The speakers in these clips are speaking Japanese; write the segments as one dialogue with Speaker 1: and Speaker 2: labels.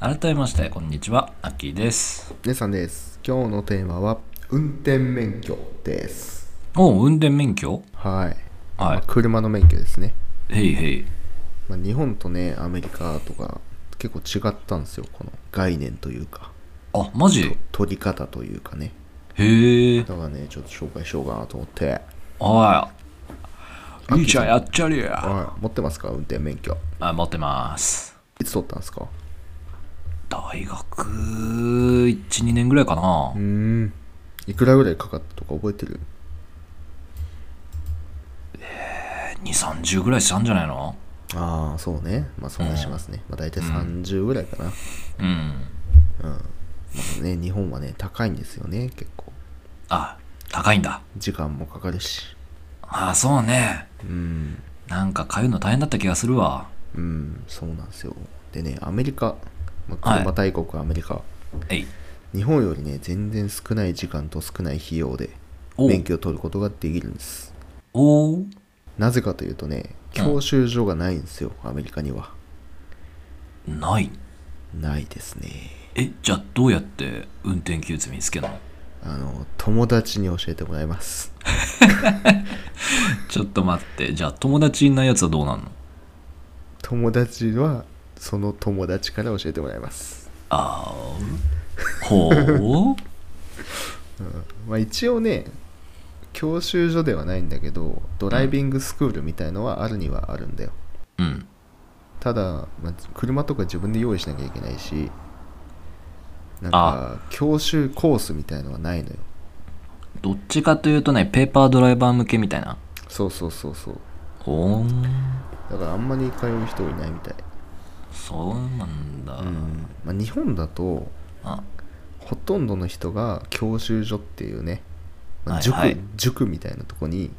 Speaker 1: 改めましてこんにちはアッキーです
Speaker 2: 姉さんです。今日のテーマは運転免許です。
Speaker 1: おう運転免許
Speaker 2: はい。ま
Speaker 1: は
Speaker 2: あ車の免許ですね。
Speaker 1: いへいへい
Speaker 2: まあ、日本とね、アメリカとか結構違ったんですよ。この概念というか、
Speaker 1: あマジ
Speaker 2: 取り方というかね。
Speaker 1: へえ
Speaker 2: だからね、ちょっと紹介しようかなと思って。
Speaker 1: おい兄ちゃんやっちゃりや
Speaker 2: はい。持ってますか運転免許。
Speaker 1: あ持ってます
Speaker 2: いつ取ったんですか
Speaker 1: 大学12年ぐらいかな
Speaker 2: うーんいくらぐらいかかったとか覚えてる
Speaker 1: 2 3 0ぐらいしたんじゃないの
Speaker 2: ああそうねまあそんなしますね、まあ大体30ぐらいかな、
Speaker 1: うん
Speaker 2: ね日本はね高いんですよね結構
Speaker 1: あ高いんだ
Speaker 2: 時間もかかるし
Speaker 1: あそうね
Speaker 2: うん
Speaker 1: なんか通うの大変だった気がするわ
Speaker 2: うんそうなんですよでねアメリカ、まあ、
Speaker 1: はい
Speaker 2: 車大国アメリカ、
Speaker 1: えい
Speaker 2: 日本よりね全然少ない時間と少ない費用で
Speaker 1: おう
Speaker 2: 免許を取ることができるんです
Speaker 1: おお
Speaker 2: なぜかというとね教習所がないんですよ、アメリカには
Speaker 1: ない
Speaker 2: ないですね
Speaker 1: えじゃあどうやって運転技術見つけるの
Speaker 2: あの友達に教えてもらいます
Speaker 1: ちょっと待ってじゃあ友達いないやつはどうなんの
Speaker 2: 友達はその友達から教えてもらいます、
Speaker 1: あーほう
Speaker 2: まあ、一応ね教習所ではないんだけどドライビングスクールみたいのはあるにはあるんだよ
Speaker 1: うん
Speaker 2: ただ、まあ、車とか自分で用意しなきゃいけないしなんか教習コースみたいのはないのよ
Speaker 1: どっちかというとねペーパードライバー向けみたいな
Speaker 2: そうそうそうそう
Speaker 1: ほう
Speaker 2: だからあんまり通う人いないみたい、
Speaker 1: そうなんだ、
Speaker 2: うんまあ、日本だと
Speaker 1: あ
Speaker 2: ほとんどの人が教習所っていうね、まあ
Speaker 1: はい
Speaker 2: 塾
Speaker 1: はい
Speaker 2: 塾みたいなとこに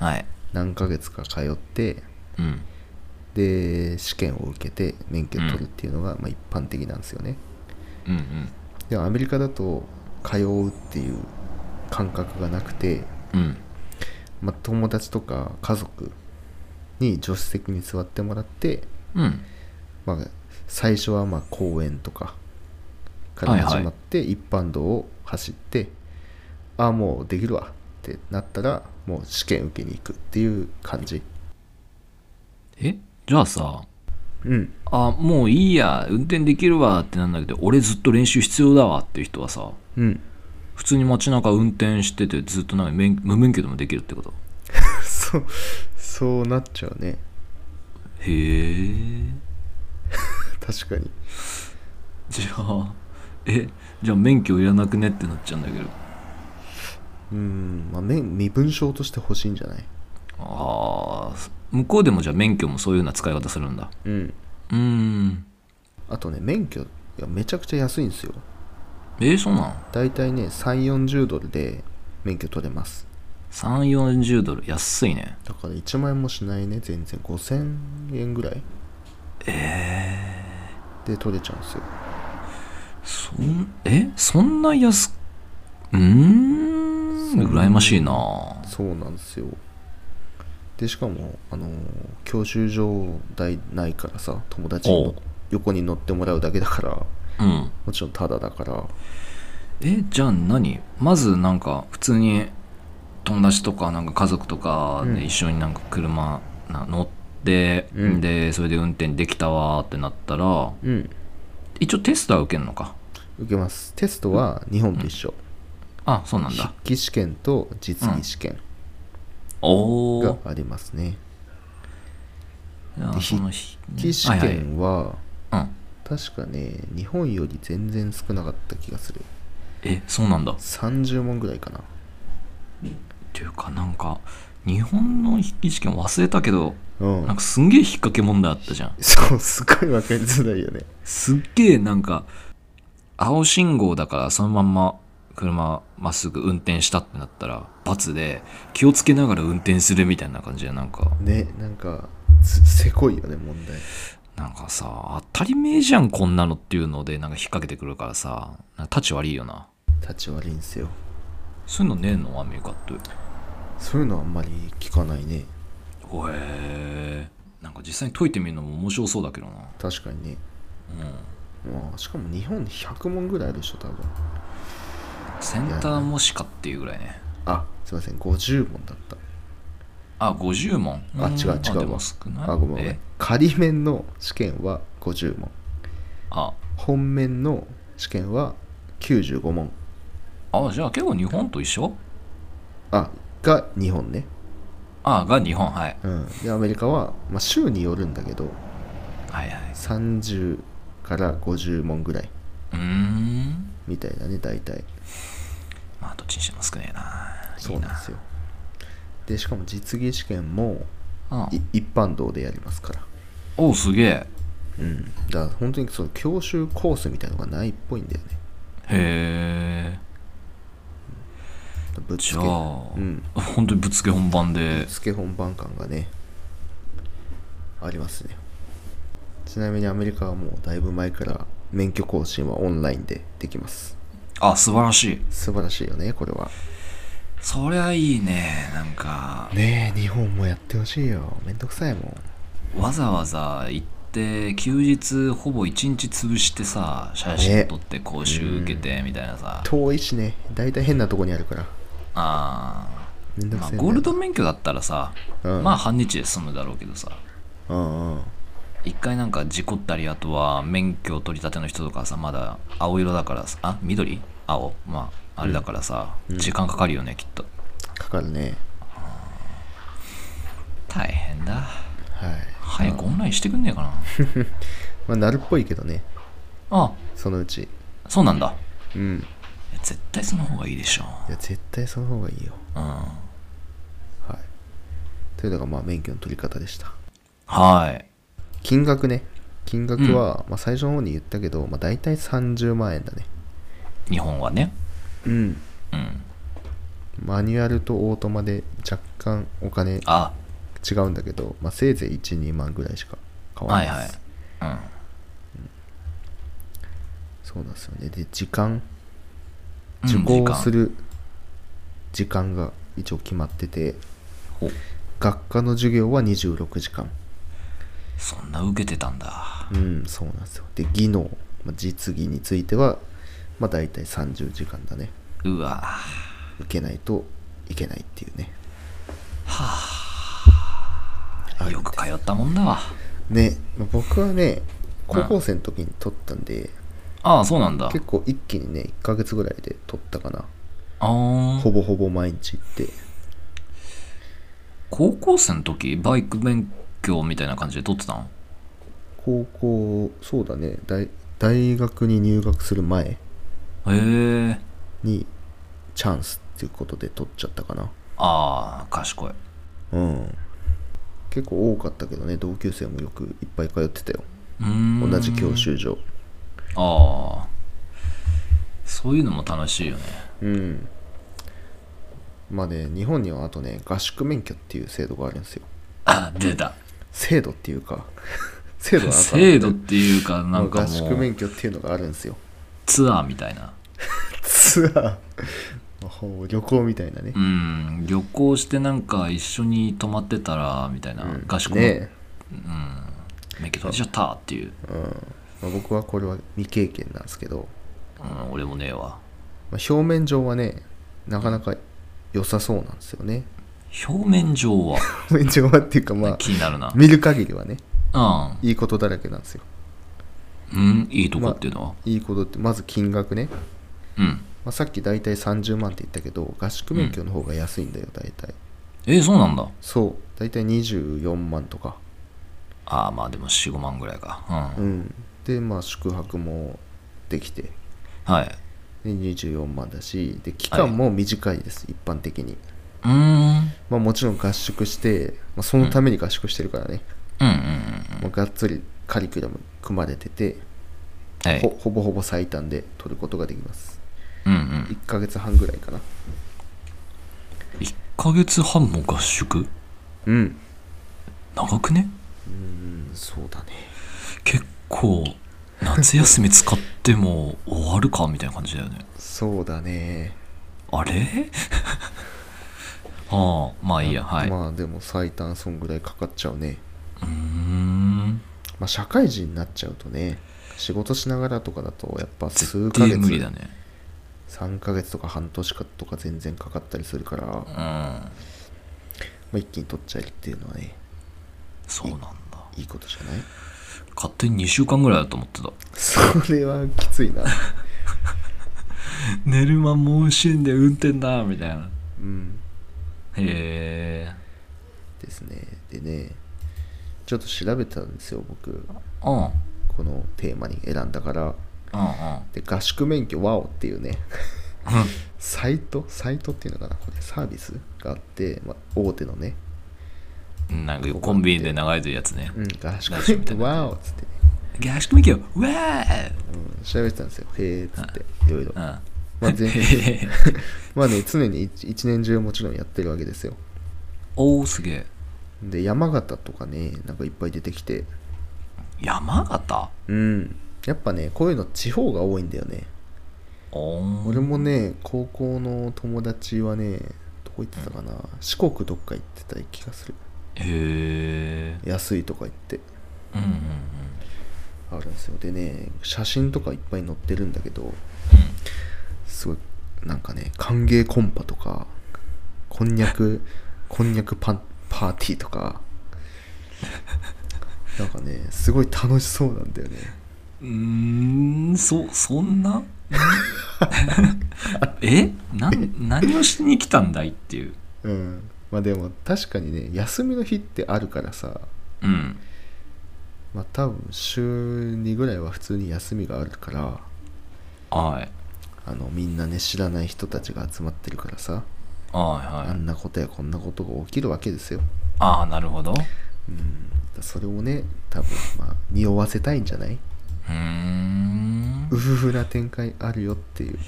Speaker 1: はい
Speaker 2: 何ヶ月か通って
Speaker 1: うん
Speaker 2: で試験を受けて免許取るっていうのが、まあ、一般的なんですよね
Speaker 1: うんうん
Speaker 2: でもアメリカだと通うっていう感覚がなくて、
Speaker 1: うん
Speaker 2: まあ、友達とか家族に助手席に座ってもらって、
Speaker 1: うん
Speaker 2: まあ、最初はまあ公園とかから
Speaker 1: はいはい
Speaker 2: 始まって一般道を走って、ああもうできるわってなったらもう試験受けに行くっていう感じ
Speaker 1: えじゃあさ
Speaker 2: うん
Speaker 1: あもういいや運転できるわってなんだけど俺ずっと練習必要だわっていう人はさ
Speaker 2: うん
Speaker 1: 普通に街中運転しててずっとなんか免無免許でもできるってこと
Speaker 2: そうそうなっちゃうね
Speaker 1: へえ
Speaker 2: 確かに
Speaker 1: じゃあえじゃあ免許いらなくねってなっちゃうんだけど
Speaker 2: うんまあめ身分証として欲しいんじゃない
Speaker 1: あー向こうでもじゃあ免許もそういうような使い方するんだ
Speaker 2: うん
Speaker 1: うーん
Speaker 2: あとね免許がめちゃくちゃ安いんですよ
Speaker 1: えー、そうなの
Speaker 2: だいたいね3 4 0ドルで免許取れます
Speaker 1: 3 4 0ドル安いね
Speaker 2: だから1万円もしないね全然5000円ぐらいええで取れちゃうんですよ
Speaker 1: そんえそんな安くうーん羨ましいな
Speaker 2: そうなんですよでしかもあのー教習所代ないからさ友達に
Speaker 1: お
Speaker 2: の
Speaker 1: う
Speaker 2: 横に乗ってもらうだけだから
Speaker 1: うん
Speaker 2: もちろんタダだから
Speaker 1: えじゃあ何まずなんか普通に友達とかなんか家族とか
Speaker 2: うん
Speaker 1: で一緒になんか車な乗って、
Speaker 2: うん
Speaker 1: でそれで運転できたわーってなったら
Speaker 2: うん
Speaker 1: 一応テストは受けるのか
Speaker 2: 受けますテストは日本と一緒、
Speaker 1: あそうなん
Speaker 2: 筆
Speaker 1: だ
Speaker 2: 記試験と実技試験
Speaker 1: お
Speaker 2: が
Speaker 1: お
Speaker 2: ありますね
Speaker 1: その日
Speaker 2: 筆記試
Speaker 1: はいはい
Speaker 2: 験は
Speaker 1: うん、
Speaker 2: 確かね日本より全然少なかった気がする
Speaker 1: えそうなんだっ
Speaker 2: 30問ぐらいかな
Speaker 1: ていうかなんか日本の筆記試験忘れたけど
Speaker 2: うん
Speaker 1: なんかすんげえ引っ掛け問題あったじゃん
Speaker 2: そうすごい分かりづらいよね
Speaker 1: すっげえなんか青信号だからそのまんま車まっすぐ運転したってなったら罰で気をつけながら運転するみたいな感じでなんか
Speaker 2: ねなんかすせこいよね問題
Speaker 1: なんかさ当たり前じゃんこんなのっていうのでなんか引っ掛けてくるからさなんか立ち悪いよな
Speaker 2: 立ち悪いんすよ
Speaker 1: そういうのねえのアメリカって
Speaker 2: そういうのはあんまり聞かないね
Speaker 1: ほえなんか実際に解いてみるのも面白そうだけどな
Speaker 2: 確かにね
Speaker 1: うん
Speaker 2: まあしかも日本100問ぐらいあるでしょ多分
Speaker 1: センターもしかっていうぐらいね
Speaker 2: あすいません50問だった
Speaker 1: あ50問
Speaker 2: あ
Speaker 1: ん
Speaker 2: 違う違うわ
Speaker 1: でも少ない
Speaker 2: あごめんごめ
Speaker 1: え
Speaker 2: ん仮面の試験は50問
Speaker 1: あ
Speaker 2: 本面の試験は95問
Speaker 1: あじゃあ結構日本と一緒
Speaker 2: あが日本ね
Speaker 1: あが日本はい
Speaker 2: うんでアメリカは、まあ、州によるんだけど
Speaker 1: はいはい
Speaker 2: 30から50問ぐらいう
Speaker 1: ーん
Speaker 2: みたいだね大体
Speaker 1: まあどっちにしても少ねえな
Speaker 2: そうなんですよでしかも実技試験も
Speaker 1: あ
Speaker 2: い一般道でやりますから
Speaker 1: おすげえへ
Speaker 2: うんだから本当にその教習コースみたいのがないっぽいんだよね
Speaker 1: え
Speaker 2: ぶっつ
Speaker 1: じ
Speaker 2: け
Speaker 1: ゃあ、
Speaker 2: うん
Speaker 1: 本当にぶっつけ本番で
Speaker 2: つけ本番感がねありますねちなみにアメリカはもうだいぶ前から免許更新はオンラインでできます
Speaker 1: あ素晴らしい
Speaker 2: 素晴らしいよねこれは
Speaker 1: そりゃいいねなんか
Speaker 2: ねえ日本もやってほしいよめんどくさいもん
Speaker 1: わざわざ行って休日ほぼ一日潰してさ写真撮って講習受けてみたいなさ、
Speaker 2: 遠いしねだいたい変なとこにあるから
Speaker 1: あ
Speaker 2: めん
Speaker 1: ー
Speaker 2: どく
Speaker 1: まあ
Speaker 2: さい、ね
Speaker 1: ゴールド免許だったらさ、
Speaker 2: うん
Speaker 1: まあ半日で済むだろうけどさ
Speaker 2: うんうん
Speaker 1: 一回なんか事故ったりあとは免許取り立ての人とかさまだ青色だからさあ緑青まああれだからさ、時間かかるよねきっと
Speaker 2: かかるね
Speaker 1: 大変だ
Speaker 2: はい、
Speaker 1: 早くオンラインしてくんねえ かな
Speaker 2: まあ、なるっぽいけどね
Speaker 1: あ
Speaker 2: そのうち
Speaker 1: そうなんだ
Speaker 2: うん
Speaker 1: いや絶対その方がいいでしょ
Speaker 2: いや絶対その方がいいよ
Speaker 1: うん
Speaker 2: はいというのがまあ免許の取り方でした
Speaker 1: はい
Speaker 2: 金額ね金額は、まあ、最初の方に言ったけど、まあ、大体30万円だね
Speaker 1: 日本はね
Speaker 2: うん
Speaker 1: うん
Speaker 2: マニュアルとオートマで若干お金
Speaker 1: あ
Speaker 2: 違うんだけど、まあ、せいぜい12万ぐらいしか変わら
Speaker 1: は
Speaker 2: ない
Speaker 1: い
Speaker 2: です、
Speaker 1: はいうん
Speaker 2: そうなんですよねで時間
Speaker 1: うん
Speaker 2: 受
Speaker 1: 時
Speaker 2: 講
Speaker 1: 間
Speaker 2: する時間が一応決まってて、
Speaker 1: お
Speaker 2: 学科の授業は26時間
Speaker 1: そんな受けてたんだ
Speaker 2: うんそうなんですよで技能、まあ、実技については、まあ、大体30時間だね
Speaker 1: うわ
Speaker 2: 受けないといけないっていうねあるんです
Speaker 1: よく通ったもんだわ
Speaker 2: ね、まあ僕はね高校生の時に取ったんで、
Speaker 1: ああそうなんだ
Speaker 2: 結構一気にね1ヶ月ぐらいで取ったかな
Speaker 1: あー
Speaker 2: ほぼほぼ毎日行って
Speaker 1: 高校生の時バイク免許みたいな感じで取ってたの
Speaker 2: 高校そうだね大大学に入学する前
Speaker 1: へえ
Speaker 2: にチャンスっていうことで取っちゃったかな
Speaker 1: ああ賢い
Speaker 2: うん結構多かったけどね同級生もよくいっぱい通ってたよ
Speaker 1: うーん
Speaker 2: 同じ教習所
Speaker 1: ああそういうのも楽しいよね
Speaker 2: うんまあね日本にはあとね合宿免許っていう制度があるんですよ
Speaker 1: あ出た
Speaker 2: 制度っていうか 制度なのかな
Speaker 1: 制度っていうかなんか
Speaker 2: 合
Speaker 1: も
Speaker 2: 宿
Speaker 1: う
Speaker 2: 免許っていうのがあるんですよ
Speaker 1: ツアーみたいな
Speaker 2: ツアーまあほう旅行みたいなね
Speaker 1: う、ん旅行してなんか一緒に泊まってたらみたいな、
Speaker 2: うん
Speaker 1: 合宿も、
Speaker 2: ね
Speaker 1: 免許取れちゃったっていう、
Speaker 2: え、うんまあ、僕はこれは未経験なんですけど、
Speaker 1: うん、俺もねえわ
Speaker 2: まあ、表面上はねなかなか良さそうなんですよね
Speaker 1: 表面上は
Speaker 2: 表面上はっていうか まあ
Speaker 1: 気になるな
Speaker 2: 見る限りはね
Speaker 1: う
Speaker 2: いいことだらけなんですよ
Speaker 1: ん、うん、いいとこっていうのは、
Speaker 2: いいことってまず金額ね、
Speaker 1: うん
Speaker 2: まあ、さっき大体30万って言ったけど合宿免許の方が安いんだよ大体、
Speaker 1: えーそうなんだ
Speaker 2: そう大体24万とか
Speaker 1: ああまあでも45万ぐらいかう、
Speaker 2: うんんでまあ宿泊もできて
Speaker 1: はい
Speaker 2: で24万だしで期間も短いです、一般的に
Speaker 1: ううーん。うん
Speaker 2: まあ、もちろん合宿して、まあ、そのために合宿してるからね、
Speaker 1: うんうん
Speaker 2: もうがっつりカリキュラム組まれてて、
Speaker 1: うん。は
Speaker 2: ほ
Speaker 1: い。
Speaker 2: ほぼほぼ最短で取ることができます
Speaker 1: うんうん。
Speaker 2: 1ヶ月半ぐらいかな
Speaker 1: 1ヶ月半も合宿
Speaker 2: うん
Speaker 1: 長くね
Speaker 2: そうだね
Speaker 1: 結構、夏休み使っても終わるかみたいな感じだよね。
Speaker 2: そうだね
Speaker 1: あれ はあ、まあいいや、はい。う
Speaker 2: まあでも最短そんぐらいかかっちゃうね
Speaker 1: ーん。
Speaker 2: まあ社会人になっちゃうとね仕事しながらとかだとやっぱ数
Speaker 1: 絶
Speaker 2: ヶ
Speaker 1: 対
Speaker 2: 月
Speaker 1: 無理だね。
Speaker 2: 3ヶ月とか半年かとか全然かかったりするから、ま
Speaker 1: うん。
Speaker 2: あ、一気に取っちゃえるっていうのはね
Speaker 1: そうなんだ。
Speaker 2: いいことじ ゃない
Speaker 1: 勝手に2週間ぐらいだと思ってた。
Speaker 2: それはきついな
Speaker 1: 寝る間も惜しんで運転だみたいな。
Speaker 2: うん
Speaker 1: へえ。
Speaker 2: ですねでねちょっと調べたんですよ
Speaker 1: う
Speaker 2: 僕
Speaker 1: ん。うんうん。
Speaker 2: このテーマに選んだからで合宿免許 WOW っていうねサイトサイトっていうのかなこれサービスがあって、まあ、大手のね、
Speaker 1: うんなんかコンビニで流れてるやつね。
Speaker 2: うん、合宿
Speaker 1: ラジオ
Speaker 2: 免
Speaker 1: みた
Speaker 2: 許
Speaker 1: いな
Speaker 2: WOW っつってね、
Speaker 1: 合宿免許うわー
Speaker 2: うん、調べてたんですよへえっつっていろいろ
Speaker 1: うん。
Speaker 2: まあ全
Speaker 1: へえ
Speaker 2: まあね常に一一年中もちろんやってるわけですよ
Speaker 1: おおすげえ。
Speaker 2: で山形とかねなんかいっぱい出てきて
Speaker 1: 山形
Speaker 2: うんやっぱねこういうの地方が多いんだよね
Speaker 1: おー
Speaker 2: 俺もね高校の友達はねどこ行ってたかな、四国どっか行ってた気がする
Speaker 1: へえ。
Speaker 2: 安いとか行って
Speaker 1: うんうんうん。
Speaker 2: あるんですよでね写真とかいっぱい載ってるんだけどすごいなんかね歓迎コンパとかこんにゃくこんにゃくパンパーティーとかなんかねすごい楽しそうなんだよね
Speaker 1: うん。うーん、そ、そんな えなん何をしに来たんだいっていう。
Speaker 2: うんまあでも確かにね休みの日ってあるからさ
Speaker 1: うん。
Speaker 2: まあ多分週2ぐらいは普通に休みがあるから
Speaker 1: はい。
Speaker 2: あのみんなね知らない人たちが集まってるからさ
Speaker 1: はい
Speaker 2: あ
Speaker 1: はい。
Speaker 2: んなことやこんなことが起きるわけですよ
Speaker 1: ああ、なるほど。
Speaker 2: うんそれをね多分まあ匂わせたいんじゃないう
Speaker 1: ーん
Speaker 2: うふふな展開あるよっていう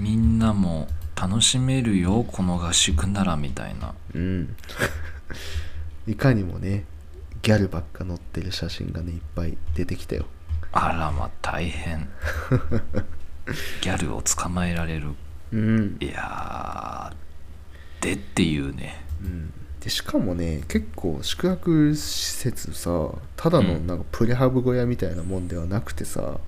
Speaker 1: みんなも楽しめるよこの合宿ならみたいな
Speaker 2: うんいかにもねギャルばっか載ってる写真がねいっぱい出てきたよ
Speaker 1: あらま大 変ギャルを捕まえられる
Speaker 2: うん
Speaker 1: いやーでっていうね
Speaker 2: うんでしかもね結構宿泊施設さただの
Speaker 1: うん
Speaker 2: なんかプレハブ小屋みたいなもんではなくてさ、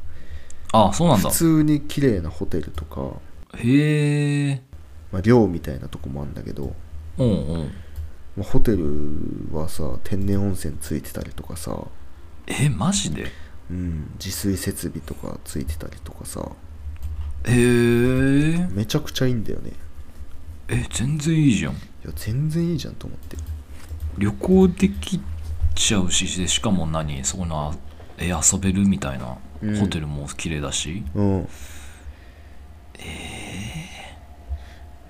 Speaker 1: あそうなんだ
Speaker 2: 普通に綺麗なホテルとか、
Speaker 1: へえ
Speaker 2: まあ、寮みたいなとこもあるんだけど、
Speaker 1: うんうん
Speaker 2: まあ、ホテルはさ天然温泉ついてたりとかさ、
Speaker 1: えマジでへ
Speaker 2: うん、自炊設備とかついてたりとかさ
Speaker 1: え
Speaker 2: めちゃくちゃいいんだよね
Speaker 1: え全然いいじゃん
Speaker 2: いや全然いいじゃんと思って
Speaker 1: 旅行できちゃうしでしかも何そこのえ遊べるみたいな、
Speaker 2: うん
Speaker 1: ホテルも綺麗だし
Speaker 2: うんええ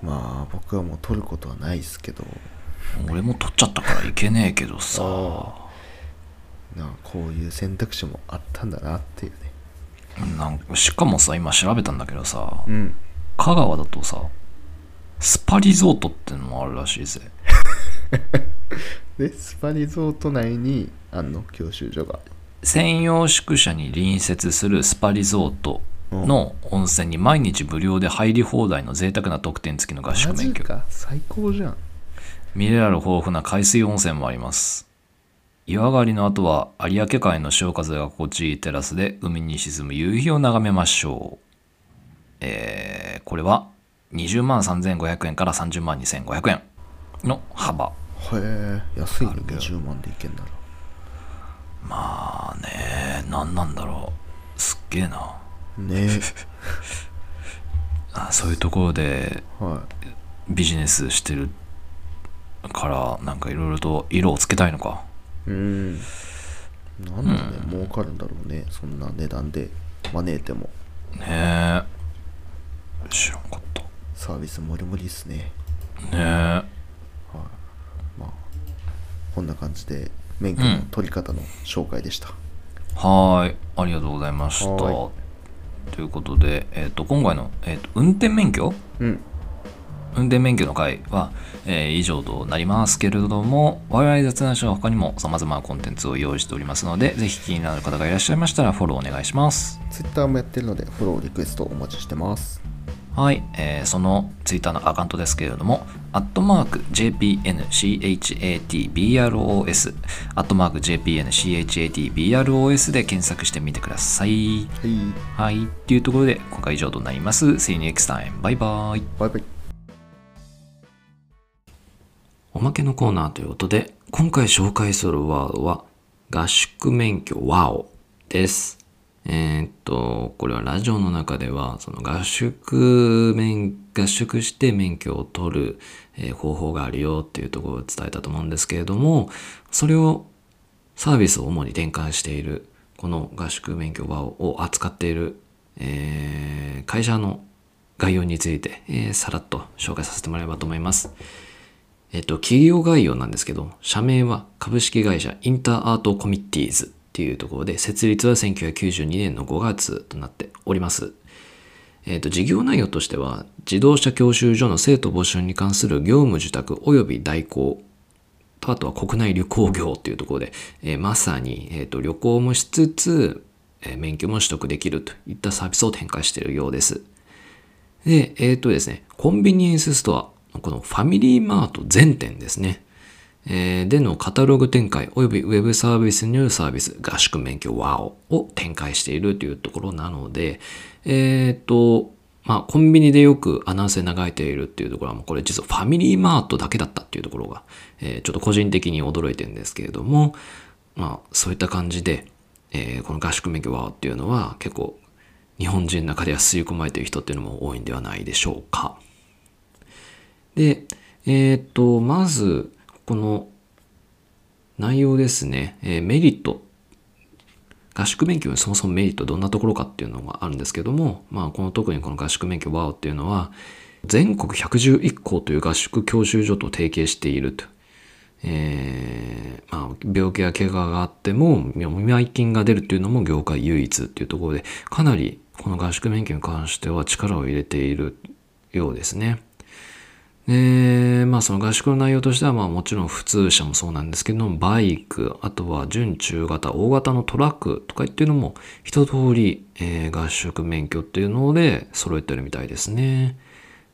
Speaker 2: まあ僕はもう取ることはないですけど
Speaker 1: 俺も取っちゃったからいけねえけどさ
Speaker 2: なあこういう選択肢もあったんだなっていうね
Speaker 1: なんかしかもさ今調べたんだけどさ
Speaker 2: うん
Speaker 1: 香川だとさスパリゾートってのもあるらしいぜ
Speaker 2: でスパリゾート内にあんの教習所が
Speaker 1: 専用宿舎に隣接するスパリゾートの温泉に毎日無料で入り放題の贅沢な特典付きの合宿免許
Speaker 2: か最高じゃん
Speaker 1: ミネラル豊富な海水温泉もあります岩上がりの後は有明海の潮風が心地いいテラスで海に沈む夕日を眺めましょうえー、これは20万3500円から30万2500円の幅
Speaker 2: へえ安いの
Speaker 1: あるけど
Speaker 2: 20万でいけんなら
Speaker 1: まあね何なんだろうすっげえな
Speaker 2: ね
Speaker 1: あそういうところで
Speaker 2: えは
Speaker 1: ビジネスしてるからなんかいろいろと色をつけたいのか
Speaker 2: いうんなんだね、儲かるんだろうねそんな値段で招いても
Speaker 1: ねえ知らんかった
Speaker 2: サービスもりもりっすね
Speaker 3: ね
Speaker 2: まあ、こんな感じで免許の取り方の紹介でした、
Speaker 3: はーいありがとうございました
Speaker 2: は
Speaker 3: ということで、えー、と今回の、えーと運転免許
Speaker 2: うん
Speaker 3: 運転免許の会は、えー以上となりますけれども、我々雑談所は他にも様々なコンテンツを用意しておりますので、ぜひ気になる方がいらっしゃいましたらフォローお願いします。
Speaker 2: Twitter もやってるのでフォローリクエストお待ちしてます
Speaker 3: はい、えーそのツイッターのアカウントですけれども、アットマーク JPNCHATBROS、アットマーク JPNCHATBROS で検索してみてください。
Speaker 2: はい
Speaker 3: はい、というところで今回以上となります。See you next time. バイバイ。
Speaker 2: バイバイ
Speaker 1: おまけのコーナーということで、今回紹介するワードは、合宿免許ワオです。えーっと、これはラジオの中では、その合宿免、合宿して免許を取る、えー方法があるよっていうところを伝えたと思うんですけれども、それをサービスを主に転換している、この合宿免許場を扱っている、えー会社の概要について、えーさらっと紹介させてもらえればと思います。えっと、企業概要なんですけど、社名は株式会社インターアートコミッティーズっていうところで、設立は1992年の5月となっております。えっと、事業内容としては、自動車教習所の生徒募集に関する業務受託及び代行とあとは国内旅行業というところで、えーまさに、えーと旅行もしつつ、えー免許も取得できるといったサービスを展開しているようです。で、えっ、とですね、コンビニエンスストアのこのファミリーマート全店ですね、えーでのカタログ展開及びウェブサービスによるサービス合宿免許 WOW を展開しているというところなので、えっ、と、まあ、コンビニでよくアナウンスで流れているっていうところは、もうこれ実はファミリーマートだけだったっていうところが、えーちょっと個人的に驚いてるんですけれども、まあ、そういった感じで、えーこの合宿免許 WOW っていうのは結構日本人の中では吸い込まれている人っていうのも多いんではないでしょうか。で、えーっと、まず、この内容ですね、えーメリット。合宿免許のそもそもメリットどんなところかっていうのがあるんですけども、まあ、この特にこの合宿免許 WOW っていうのは、全国111校という合宿教習所と提携していると。えーまあ、病気や怪我があっても見舞い金が出るっていうのも業界唯一っていうところでかなりこの合宿免許に関しては力を入れているようですね。で、まあその合宿の内容としては、まあもちろん普通車もそうなんですけども、バイク、あとは準中型、大型のトラックとかっていうのも一通り、えー合宿免許っていうので揃えてるみたいですね。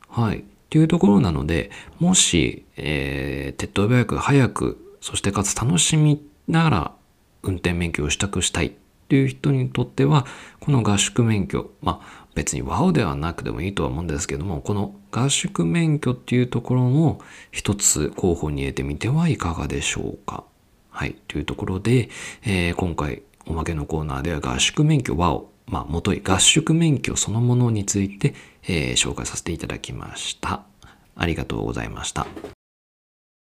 Speaker 1: はい。っていうところなので、もし、えー手っ取り早く早く、そしてかつ楽しみながら運転免許を取得したいっていう人にとっては、この合宿免許、まあ別にワオではなくてもいいとは思うんですけども、この合宿免許っていうところも一つ候補に入れてみてはいかがでしょうか。はい。というところで、えー今回おまけのコーナーでは合宿免許ワオ、まあ、もとい合宿免許そのものについて、えー紹介させていただきました。ありがとうございました。